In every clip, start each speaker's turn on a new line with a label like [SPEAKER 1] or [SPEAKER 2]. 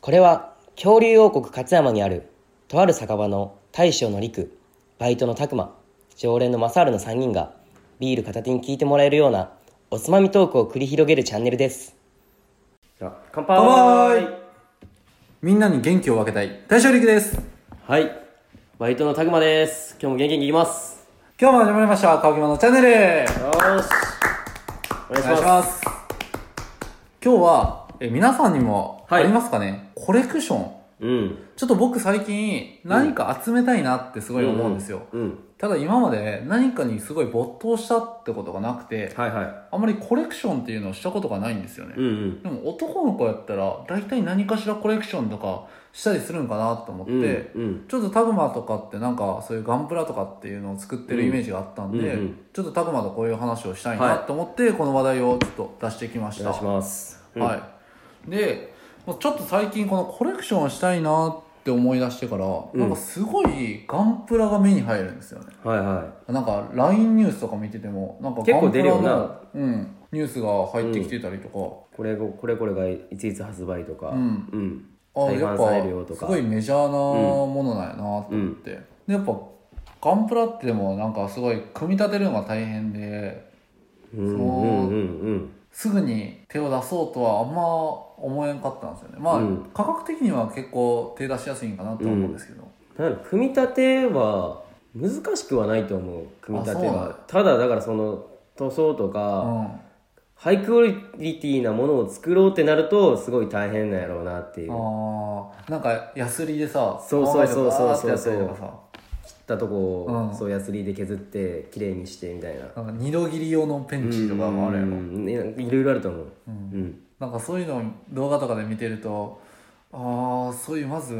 [SPEAKER 1] これは恐竜王国勝山にあるとある酒場の大将の陸バイトの拓磨常連のマサールの3人がビール片手に聞いてもらえるようなおつまみトークを繰り広げるチャンネルですでは乾杯
[SPEAKER 2] 乾杯みんなに元気を分けたい大将陸です
[SPEAKER 1] はいバイトの拓磨です今日も元気にいきます
[SPEAKER 2] 今日も始まりました「かおきまのチャンネル」
[SPEAKER 1] よーしお願
[SPEAKER 2] お願いします今日はえ皆さんにも
[SPEAKER 1] は
[SPEAKER 2] あ
[SPEAKER 1] い
[SPEAKER 2] りますかね、コレクション
[SPEAKER 1] うん
[SPEAKER 2] ちょっと僕最近何か集めたいなってすごい思うんですよ、
[SPEAKER 1] うん
[SPEAKER 2] ただ今まで何かにすごい没頭したってことがなくて
[SPEAKER 1] はいは
[SPEAKER 2] あんまりコレクションっていうのをしたことがないんですよね、
[SPEAKER 1] うんうん
[SPEAKER 2] でも男の子やったら大体何かしらコレクションとかしたりするんかなと思って、
[SPEAKER 1] うんうん
[SPEAKER 2] ちょっとタグマとかってなんかそういうガンプラとかっていうのを作ってるイメージがあったんで、
[SPEAKER 1] うんうんうん
[SPEAKER 2] ちょっとタグマとこういう話をしたい
[SPEAKER 1] は
[SPEAKER 2] ないと思ってこの話題をちょっと出してきまし
[SPEAKER 1] お
[SPEAKER 2] た、
[SPEAKER 1] 願いします
[SPEAKER 2] はいでもうちょっと最近このコレクションをしたいなって思い出してから、
[SPEAKER 1] ん
[SPEAKER 2] なんかすごいガンプラが目に入るんですよね
[SPEAKER 1] はいは
[SPEAKER 2] なんか LINE ニュースとか見ててもなんか
[SPEAKER 1] 結
[SPEAKER 2] ガ
[SPEAKER 1] 構
[SPEAKER 2] ンプ
[SPEAKER 1] 出
[SPEAKER 2] ラ
[SPEAKER 1] る
[SPEAKER 2] の
[SPEAKER 1] よな
[SPEAKER 2] うん、ニュースが入ってきてたりとか、
[SPEAKER 1] いこれこれこれがいついつ発売とか
[SPEAKER 2] うん
[SPEAKER 1] うん
[SPEAKER 2] あ
[SPEAKER 1] 再販される
[SPEAKER 2] や
[SPEAKER 1] よ
[SPEAKER 2] っぱ
[SPEAKER 1] と
[SPEAKER 2] す
[SPEAKER 1] か
[SPEAKER 2] ごいメジャーなものなんやなと思って、でやっぱガンプラってでもなんかすごい組み立てるのが大変で
[SPEAKER 1] うんう
[SPEAKER 2] そうん
[SPEAKER 1] うんうん
[SPEAKER 2] すぐに手を出そうとはあんま思えんかったんですよねまあ、
[SPEAKER 1] うん
[SPEAKER 2] 価格的には結構手出しやすいんかなとは思うんですけど、
[SPEAKER 1] なんか組み立ては難しくはないと思う組み立て
[SPEAKER 2] あそうなん
[SPEAKER 1] はただだからその塗装と
[SPEAKER 2] う
[SPEAKER 1] か、
[SPEAKER 2] ん
[SPEAKER 1] ハイクオリティなものを作ろうってなるとすごい大変なんやろうなっていう切っ
[SPEAKER 2] あーなんかヤスリでさ
[SPEAKER 1] そうそうそうそうそう
[SPEAKER 2] バーってやったりとかさ
[SPEAKER 1] たとこを、
[SPEAKER 2] うん
[SPEAKER 1] そうヤスリで削って綺麗にしてみたいな
[SPEAKER 2] なんか二度切り用のペンチとかもあるやろ、
[SPEAKER 1] うんねなんかいろいろあると思う
[SPEAKER 2] う
[SPEAKER 1] うんん
[SPEAKER 2] なんかそういうのを動画とかで見てるとああそういうまず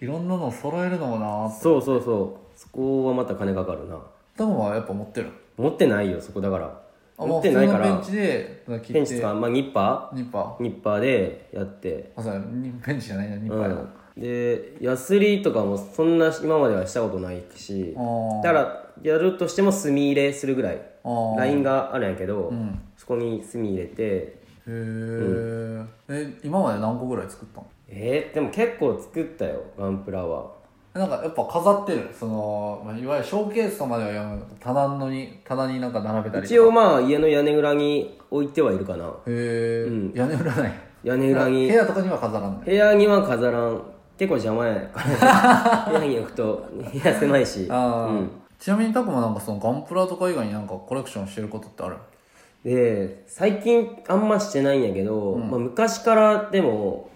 [SPEAKER 2] いろんなのを揃えるのもなーって
[SPEAKER 1] そうそうそうそこはまた金かかるな
[SPEAKER 2] 多分はやっぱ持ってる
[SPEAKER 1] 持ってないよそこだから
[SPEAKER 2] あ
[SPEAKER 1] 持ってないか
[SPEAKER 2] もう
[SPEAKER 1] ら
[SPEAKER 2] 普通のベンチで切
[SPEAKER 1] ペン
[SPEAKER 2] っ
[SPEAKER 1] チ
[SPEAKER 2] て
[SPEAKER 1] とか、まあ、ニッパ
[SPEAKER 2] ニッパ
[SPEAKER 1] ーニッパーでやって
[SPEAKER 2] ーあそうニベンチじゃないなニッパーやな、
[SPEAKER 1] うん、でヤスリとかもそんな今まではしたことないし
[SPEAKER 2] あー
[SPEAKER 1] だからやるとしても墨入れするぐらい
[SPEAKER 2] あー
[SPEAKER 1] ラインがあるんやけど、
[SPEAKER 2] うん
[SPEAKER 1] そこに墨入れて
[SPEAKER 2] へーえ今まで何個ぐらい作ったの
[SPEAKER 1] えー、でも結構作ったよガンプラは
[SPEAKER 2] なんかやっぱ飾ってるその、まあ、いわゆるショーケースとまでは読む棚のに棚になんか並べたりとか
[SPEAKER 1] 一応まあ家の屋根裏に置いてはいるかな
[SPEAKER 2] へえ、
[SPEAKER 1] うん
[SPEAKER 2] 屋根裏ない
[SPEAKER 1] 屋根裏
[SPEAKER 2] 部
[SPEAKER 1] に
[SPEAKER 2] 屋とかには飾らんね
[SPEAKER 1] 部屋には飾らん結構邪魔やから 部屋に置くと部屋狭いし
[SPEAKER 2] ああ、
[SPEAKER 1] うん
[SPEAKER 2] ちなみにタコもなんかそのガンプラとか以外になんかコレクションしてることってある
[SPEAKER 1] で最近あんましてないんやけど、まあ、昔からでも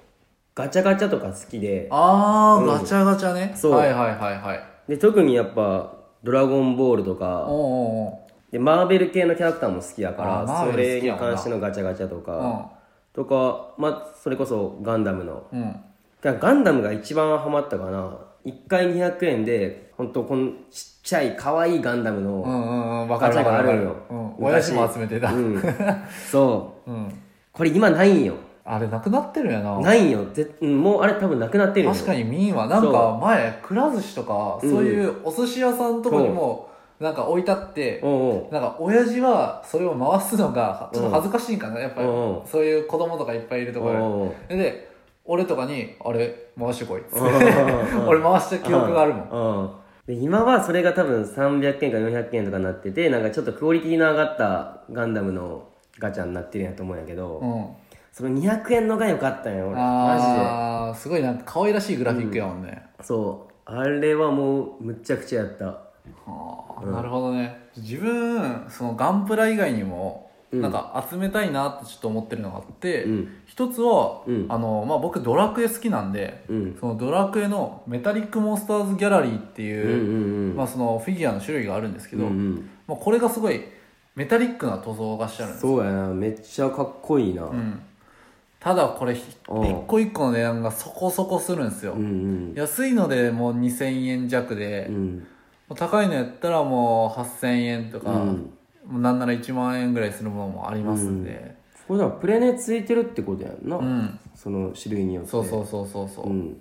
[SPEAKER 1] ガチャガチャとか好きで
[SPEAKER 2] ああ、ガチャガチャね
[SPEAKER 1] そう
[SPEAKER 2] はいはいはいはい
[SPEAKER 1] で特にやっぱ「ドラゴンボール」と
[SPEAKER 2] おう
[SPEAKER 1] か
[SPEAKER 2] おうおう
[SPEAKER 1] でマーベル系のキャラクターも好きやか
[SPEAKER 2] あ
[SPEAKER 1] ら
[SPEAKER 2] ーマー
[SPEAKER 1] そ
[SPEAKER 2] ベル
[SPEAKER 1] れ
[SPEAKER 2] 好き
[SPEAKER 1] に
[SPEAKER 2] やもんな
[SPEAKER 1] 関してのガチャガチャとか
[SPEAKER 2] う
[SPEAKER 1] とか、まあ、それこそガンダムの
[SPEAKER 2] ん。うん。
[SPEAKER 1] だからガンダムが一番ハマったかな1回200円で本当このちっちゃい可愛いガンダムの、
[SPEAKER 2] うんうんうん。わかるわ
[SPEAKER 1] ガチャ
[SPEAKER 2] かるわか
[SPEAKER 1] があるよ
[SPEAKER 2] うん。親
[SPEAKER 1] 昔
[SPEAKER 2] 父も集めてた。
[SPEAKER 1] うんそう
[SPEAKER 2] うん。
[SPEAKER 1] これ今ないんよ
[SPEAKER 2] あれなくなってるんやな。
[SPEAKER 1] ないんよぜうんもうあれ多分なくなってるよ
[SPEAKER 2] 確かにミンはなん
[SPEAKER 1] そ
[SPEAKER 2] か前、くら寿司とか、そういうお寿司屋さんとかにも、なんか置いてあって、
[SPEAKER 1] おうおう
[SPEAKER 2] なんか親父はそれを回すのが、ちょっと恥ずかしいんかな、やっぱり
[SPEAKER 1] うんうん。
[SPEAKER 2] そういう子供とかいっぱいいるところ
[SPEAKER 1] おうおう
[SPEAKER 2] で。で、俺とかに、あれ、回してこいっつって。
[SPEAKER 1] うんうんうん
[SPEAKER 2] 俺回した記憶があるもん。
[SPEAKER 1] うん、で今はそれが多分300円か400円とかなっててなんかちょっとクオリティの上がったガンダムのガチャになってるんやと思うんやけど、
[SPEAKER 2] うん。
[SPEAKER 1] その200円のが良かったんよ俺マ
[SPEAKER 2] ああ、すごいなんか可愛らしいグラフィックやもんね。
[SPEAKER 1] ジでそうあれはもうむっちゃくちゃやった
[SPEAKER 2] あーなるほどね自分そのガンプラ以外にもなんか集めたいなってちょっと思ってるのがあって、
[SPEAKER 1] うん
[SPEAKER 2] 一つは、
[SPEAKER 1] うん
[SPEAKER 2] あのまあ、僕ドラクエ好きなんで、
[SPEAKER 1] うん
[SPEAKER 2] そのドラクエのメタリックモンスターズギャラリーって
[SPEAKER 1] うんう
[SPEAKER 2] いう、
[SPEAKER 1] んうん
[SPEAKER 2] まあ、そのフィギュアの種類があるんですけ
[SPEAKER 1] うん
[SPEAKER 2] ど、
[SPEAKER 1] うん
[SPEAKER 2] まあ、これがすごいメタリックな塗装がしてあるんですよ
[SPEAKER 1] そうやなめっちゃかっこいいな、う、
[SPEAKER 2] うんん、ただこれひ一
[SPEAKER 1] うん
[SPEAKER 2] 個一個の値段がそこそこするんですよ、
[SPEAKER 1] うんうん
[SPEAKER 2] 安いのでもう2000円弱で、
[SPEAKER 1] うん
[SPEAKER 2] もう高いのやったらもう8000円とか、
[SPEAKER 1] うん
[SPEAKER 2] もうなんなら1万円ぐらいするものもありますんで
[SPEAKER 1] これだからプレネついてるってことやんな、
[SPEAKER 2] うん、
[SPEAKER 1] その種類によって
[SPEAKER 2] そうそううそうそうそう、
[SPEAKER 1] ん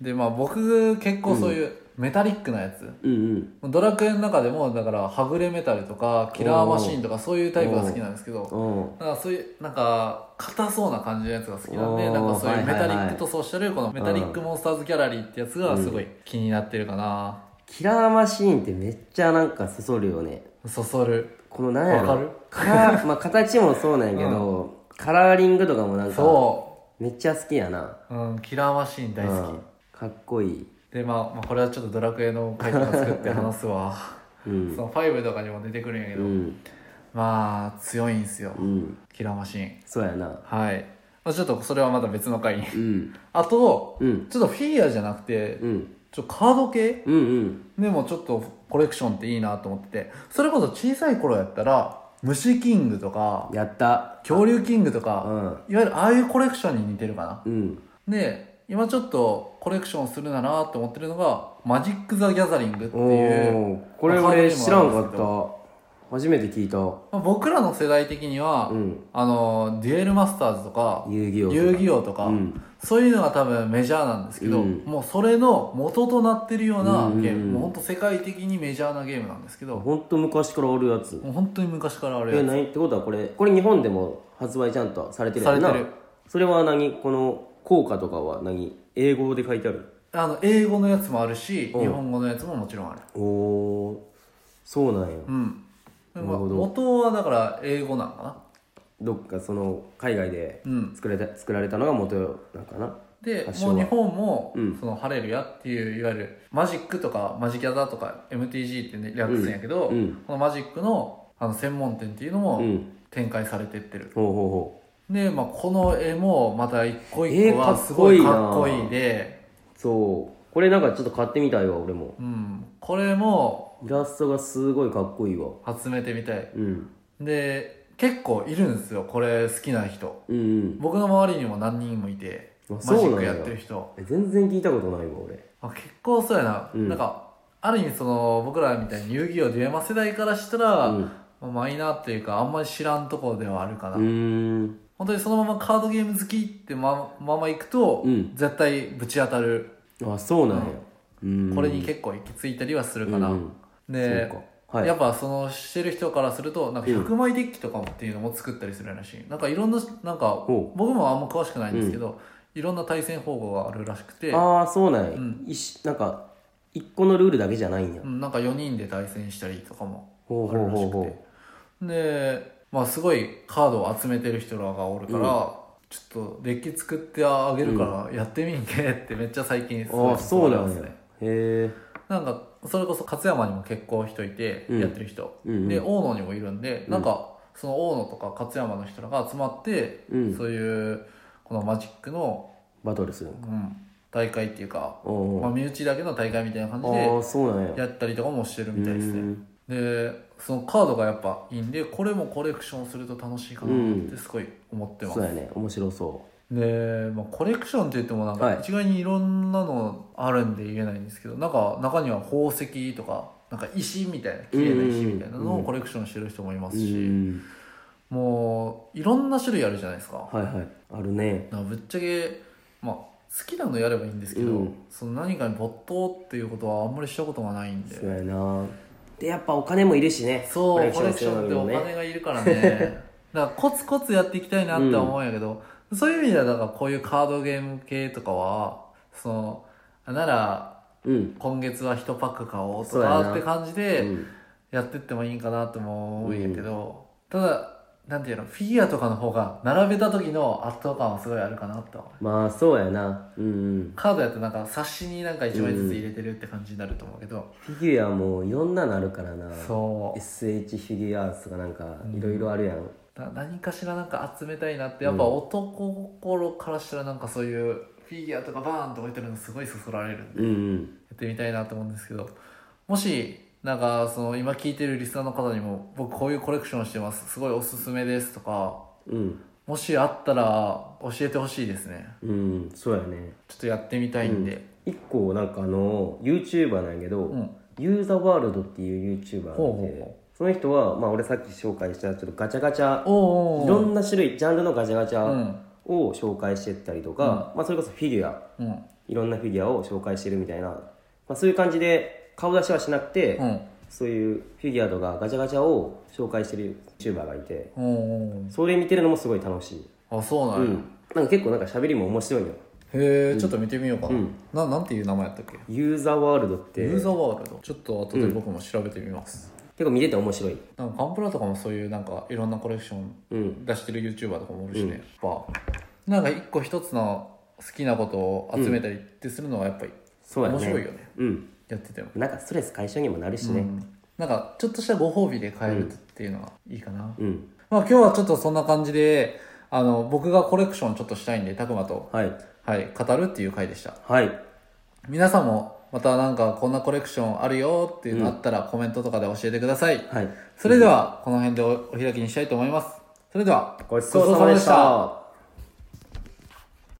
[SPEAKER 2] でまあ僕結構そういうメタリックなやつ
[SPEAKER 1] うんうん
[SPEAKER 2] ドラクエの中でもだからはぐれメタルとかキラーマシーンとかそういうタイプが好きなんですけど
[SPEAKER 1] おう
[SPEAKER 2] だからそういうなんか硬そうな感じのやつが好きなんで
[SPEAKER 1] おー
[SPEAKER 2] なんかそういうメ
[SPEAKER 1] は
[SPEAKER 2] タリ
[SPEAKER 1] いはい
[SPEAKER 2] ッ
[SPEAKER 1] はい
[SPEAKER 2] クとそうしてるこのメタリックモンスターズギャラリーってやつがすごい気になってるかな、
[SPEAKER 1] キラーマシーンってめっちゃなんかそそるよね
[SPEAKER 2] そそる
[SPEAKER 1] このなんやろ
[SPEAKER 2] わかる
[SPEAKER 1] カラーまあ形もそうなんやけど、カラーリングとかもなんか
[SPEAKER 2] そ
[SPEAKER 1] めっちゃ好きやな、
[SPEAKER 2] う、うん、キラーマシーン大好き、
[SPEAKER 1] うんかっこいい
[SPEAKER 2] で、まあ、まあこれはちょっとドラクエの回とか作って話すわ
[SPEAKER 1] うん
[SPEAKER 2] その5とかにも出てくるんやけ
[SPEAKER 1] う
[SPEAKER 2] ど、
[SPEAKER 1] ん
[SPEAKER 2] まあ強いんすよ、
[SPEAKER 1] うん
[SPEAKER 2] キラーマシーン
[SPEAKER 1] そうやな
[SPEAKER 2] はい、まあ、ちょっとそれはまた別の回に
[SPEAKER 1] うん
[SPEAKER 2] あと
[SPEAKER 1] うん
[SPEAKER 2] ちょっとフィギュアじゃなくて、
[SPEAKER 1] うん
[SPEAKER 2] ちょっとカード系
[SPEAKER 1] うんうん
[SPEAKER 2] でもちょっとコレクションっていいなと思っててそれこそ小さい頃やったら虫キングとか
[SPEAKER 1] やった
[SPEAKER 2] 恐竜キングと
[SPEAKER 1] う
[SPEAKER 2] か、
[SPEAKER 1] ん
[SPEAKER 2] いわゆるああいうコレクションに似てるかな、
[SPEAKER 1] うん
[SPEAKER 2] で今ちょっとコレクションするならと思ってるのがマジック・ザ・ギャザリングっていう、
[SPEAKER 1] ーこれ俺知らんかった初めて聞いた
[SPEAKER 2] まあ、僕らの世代的には、
[SPEAKER 1] うん
[SPEAKER 2] あのデュエルマスターズとか
[SPEAKER 1] 遊戯王
[SPEAKER 2] 遊戯王とか、
[SPEAKER 1] うん
[SPEAKER 2] そういうのが多分メジャーなんですけど、
[SPEAKER 1] うん
[SPEAKER 2] もうそれの元となってるような
[SPEAKER 1] うんうんうん
[SPEAKER 2] ゲーム、もう本当世界的にメジャーなゲームなんですけど、
[SPEAKER 1] ほんと昔からおるやつ
[SPEAKER 2] もう本当に昔からある
[SPEAKER 1] え
[SPEAKER 2] やつ
[SPEAKER 1] 何ってことはこれこれ日本でも発売ちゃんとされてるやんな
[SPEAKER 2] されてる
[SPEAKER 1] それは何この効果とかは何英語で書いてある
[SPEAKER 2] あの英語のやつもあるし日本語のやつももちろんある
[SPEAKER 1] おおそうなんや
[SPEAKER 2] うん
[SPEAKER 1] な
[SPEAKER 2] で
[SPEAKER 1] る
[SPEAKER 2] も
[SPEAKER 1] ほど
[SPEAKER 2] 元はだから英語なのかな
[SPEAKER 1] どっかその海外で
[SPEAKER 2] うん
[SPEAKER 1] 作れた作られたのが元なんかな
[SPEAKER 2] で
[SPEAKER 1] 発祥
[SPEAKER 2] も
[SPEAKER 1] は
[SPEAKER 2] う日本も、
[SPEAKER 1] うん
[SPEAKER 2] そのハレルヤっていういわゆるマジックとかマジギャザーとか MTG って、ね、略すんやけど、
[SPEAKER 1] うんうん
[SPEAKER 2] このマジックのあの専門店っていうの
[SPEAKER 1] う
[SPEAKER 2] も
[SPEAKER 1] ん
[SPEAKER 2] 展開されてってる、
[SPEAKER 1] ほうほうほ
[SPEAKER 2] で、まあ、この絵もまた一個
[SPEAKER 1] えー
[SPEAKER 2] 一個
[SPEAKER 1] か
[SPEAKER 2] は
[SPEAKER 1] っ
[SPEAKER 2] す
[SPEAKER 1] こ
[SPEAKER 2] ご
[SPEAKER 1] いい
[SPEAKER 2] い
[SPEAKER 1] な
[SPEAKER 2] かっこいいで、
[SPEAKER 1] うそうこれなんかちょっと買ってみたいわ俺も
[SPEAKER 2] うん、これも
[SPEAKER 1] イラストがすごいかっこいいわ
[SPEAKER 2] 集めてみたい
[SPEAKER 1] うん
[SPEAKER 2] で結構いるんですよこれ好きな人
[SPEAKER 1] うんうん
[SPEAKER 2] 僕の周りにも何人もいて
[SPEAKER 1] あ
[SPEAKER 2] マジ
[SPEAKER 1] そう
[SPEAKER 2] ッ
[SPEAKER 1] なん
[SPEAKER 2] ク
[SPEAKER 1] や
[SPEAKER 2] やってる人
[SPEAKER 1] え全然聞いたことないわ俺
[SPEAKER 2] あ結構そうやな、
[SPEAKER 1] うん
[SPEAKER 2] なんかある意味その僕らみたいに遊戯王デュエマ世代からしたら、
[SPEAKER 1] うん
[SPEAKER 2] まあマイナーっていうかあんまり知らんところではあるかな、
[SPEAKER 1] うーん
[SPEAKER 2] 本当にそのままカードゲーム好きってまままいくと、
[SPEAKER 1] うん
[SPEAKER 2] 絶対ぶち当たる
[SPEAKER 1] あそうなんやうん
[SPEAKER 2] これに結構行き着いたりはする
[SPEAKER 1] 構
[SPEAKER 2] かな、
[SPEAKER 1] うん
[SPEAKER 2] で
[SPEAKER 1] そうかはい
[SPEAKER 2] やっぱそのしてる人からするとなんか
[SPEAKER 1] うん
[SPEAKER 2] 100枚デッキとかもっていうのも作ったりするらしい、なんかいろんななんか
[SPEAKER 1] ほ
[SPEAKER 2] 僕もあんま詳しくないんですけど、いろんな対戦方法があるらしくて、
[SPEAKER 1] ああそうなんや、
[SPEAKER 2] ん
[SPEAKER 1] いしなんか一個のルールだけじゃないんや、
[SPEAKER 2] うん、なんか4人で対戦したりとかも
[SPEAKER 1] ほう
[SPEAKER 2] ある
[SPEAKER 1] ほう
[SPEAKER 2] らし
[SPEAKER 1] ほ
[SPEAKER 2] く
[SPEAKER 1] う
[SPEAKER 2] て
[SPEAKER 1] ほ
[SPEAKER 2] で、まあ、すごいカードを集めてる人らがおるから、ちょっとデッキ作ってあげるからやってみんけってめっちゃ最近す
[SPEAKER 1] う
[SPEAKER 2] ご
[SPEAKER 1] あ
[SPEAKER 2] い
[SPEAKER 1] あそう
[SPEAKER 2] 誘
[SPEAKER 1] な
[SPEAKER 2] われ
[SPEAKER 1] ん
[SPEAKER 2] ます
[SPEAKER 1] や
[SPEAKER 2] ね
[SPEAKER 1] へえ
[SPEAKER 2] なんかそれこそ勝山にも結構人いて
[SPEAKER 1] うん
[SPEAKER 2] やってる人、
[SPEAKER 1] うんうん
[SPEAKER 2] で大野にもいるんで、なんかその大野とか勝山の人らが集まって、
[SPEAKER 1] うん
[SPEAKER 2] そういうこのマジックの、
[SPEAKER 1] バトルする
[SPEAKER 2] うん、大会っていうか、
[SPEAKER 1] おうおう
[SPEAKER 2] まあ、身内だけの大会みたいな感じ
[SPEAKER 1] ああ
[SPEAKER 2] で
[SPEAKER 1] そうなんや
[SPEAKER 2] やったりとかもしてる
[SPEAKER 1] う
[SPEAKER 2] みたいですね
[SPEAKER 1] ん
[SPEAKER 2] でそのカードがやっぱいいんでこれもコレクションすると楽しいかなってすごい思ってます、
[SPEAKER 1] そうやね面白そ
[SPEAKER 2] で、まあ、コレクションって言ってもなん
[SPEAKER 1] は
[SPEAKER 2] か
[SPEAKER 1] い
[SPEAKER 2] 一概にいろんなのあるんで言えないんですけど、なんか中には宝石とかなんか石みたいな綺麗な石みたいなのをコレクションしてる人もいま
[SPEAKER 1] うう
[SPEAKER 2] すし、
[SPEAKER 1] ん
[SPEAKER 2] もういろんな種類あるじゃないですか,、
[SPEAKER 1] はいはいあるね
[SPEAKER 2] ぶっちゃけ、まあ、好きなのやればいいんですけど、
[SPEAKER 1] うん
[SPEAKER 2] その何かに没頭っていうことはあんまりしたことがないんで
[SPEAKER 1] そうやなでやっぱお金もいるしね
[SPEAKER 2] そうコ
[SPEAKER 1] コレ
[SPEAKER 2] レ
[SPEAKER 1] ク
[SPEAKER 2] ク
[SPEAKER 1] シ
[SPEAKER 2] シ
[SPEAKER 1] ョ
[SPEAKER 2] ョ
[SPEAKER 1] ン
[SPEAKER 2] ン
[SPEAKER 1] っ
[SPEAKER 2] ってて
[SPEAKER 1] お
[SPEAKER 2] お
[SPEAKER 1] 金
[SPEAKER 2] 金がいるか らねだからコツコツやっていきたいなって思うんやけど、そういう意味ではだからこういうカードゲーム系とかはそのあなら
[SPEAKER 1] うん
[SPEAKER 2] 今月は1パック買おう
[SPEAKER 1] そ
[SPEAKER 2] と
[SPEAKER 1] うやな
[SPEAKER 2] かって感じ
[SPEAKER 1] う
[SPEAKER 2] で
[SPEAKER 1] ん
[SPEAKER 2] やってってもいいんかなとも思うんやけど、ただなんていうのフィギュアとかの方が並べた時の圧倒感はすごいあるかなと
[SPEAKER 1] まあそうやなうんうん
[SPEAKER 2] カードやとなんか冊子になんか1枚ずつ入れてるって感じになると思うけど、
[SPEAKER 1] フィギュアもいろんなのあるからな
[SPEAKER 2] そう
[SPEAKER 1] SH フィギュアースとかなんかいろいろあるやん
[SPEAKER 2] な何かしらなんか集めたいなってやっぱ男心からしたらなんかそういうフィギュアとかバーンと置いてるのすごいそそられるんで
[SPEAKER 1] うんうん
[SPEAKER 2] やってみたいなと思うんですけどもしなんかその今聞いてるリスナーの方にも僕こういうコレクションしてますすごいおすすめですとか
[SPEAKER 1] うん
[SPEAKER 2] もしあったら教えてほしいですね
[SPEAKER 1] うんそうやね
[SPEAKER 2] ちょっとやってみたいんで、
[SPEAKER 1] 一個なんかあの YouTuber なんやけど、
[SPEAKER 2] うん
[SPEAKER 1] ユーザワールドっていう YouTuber で
[SPEAKER 2] ほうほうほ
[SPEAKER 1] その人は、まあ、俺さっき紹介したちょっとガチャガチャ
[SPEAKER 2] おうおうおう
[SPEAKER 1] いろんな種類ジャンルのガチャガチ
[SPEAKER 2] う
[SPEAKER 1] ャ
[SPEAKER 2] ん
[SPEAKER 1] を紹介してったりとか、まあ、それこそフィギュア
[SPEAKER 2] うん
[SPEAKER 1] いろんなフィギュアを紹介してるみたいなまあ、そういう感じで顔出しはしなくて、
[SPEAKER 2] うん。
[SPEAKER 1] そういうフィギュアとかガチャガチャを紹介してる YouTuber がいて
[SPEAKER 2] うんうん
[SPEAKER 1] それ見てるのもすごい楽しい、
[SPEAKER 2] あ、そうなん
[SPEAKER 1] う
[SPEAKER 2] や。
[SPEAKER 1] ん、なんか結構なんか喋りも面白いよ
[SPEAKER 2] へえ、ちょっと見てみようかな。
[SPEAKER 1] うん
[SPEAKER 2] ななんていう名前やったっけ
[SPEAKER 1] ユーザーワールドって
[SPEAKER 2] ユー
[SPEAKER 1] 結
[SPEAKER 2] ザーワールド。ちょっと後で僕も調べてみます。
[SPEAKER 1] 構見てて面白い、
[SPEAKER 2] なんかカンプラとかもそういうなんかいろんなコレクション
[SPEAKER 1] うん、
[SPEAKER 2] 出してる YouTuber とかもおるしね、やっぱなんか一個一つの好きなことを集めたりってするのはやっぱり
[SPEAKER 1] そうやね
[SPEAKER 2] 面白いよね
[SPEAKER 1] うん
[SPEAKER 2] やってても、
[SPEAKER 1] なんかストレス解消にもなるし
[SPEAKER 2] う
[SPEAKER 1] ね
[SPEAKER 2] んなんかちょっとしたご褒美で買えるっていうのはいいかな、
[SPEAKER 1] うん、
[SPEAKER 2] まあ今日はちょっとそんな感じであの僕がコレクションちょっとしたいんでたくまと、
[SPEAKER 1] はい
[SPEAKER 2] はい、語るっていう回でした
[SPEAKER 1] はい
[SPEAKER 2] 皆さんもまたなんかこんなコレクションあるよっていうのあったらコメントとかで教えてください、
[SPEAKER 1] はい
[SPEAKER 2] それではこの辺でおお開きにしたいと思いますそれでは
[SPEAKER 1] ごちそうさまでした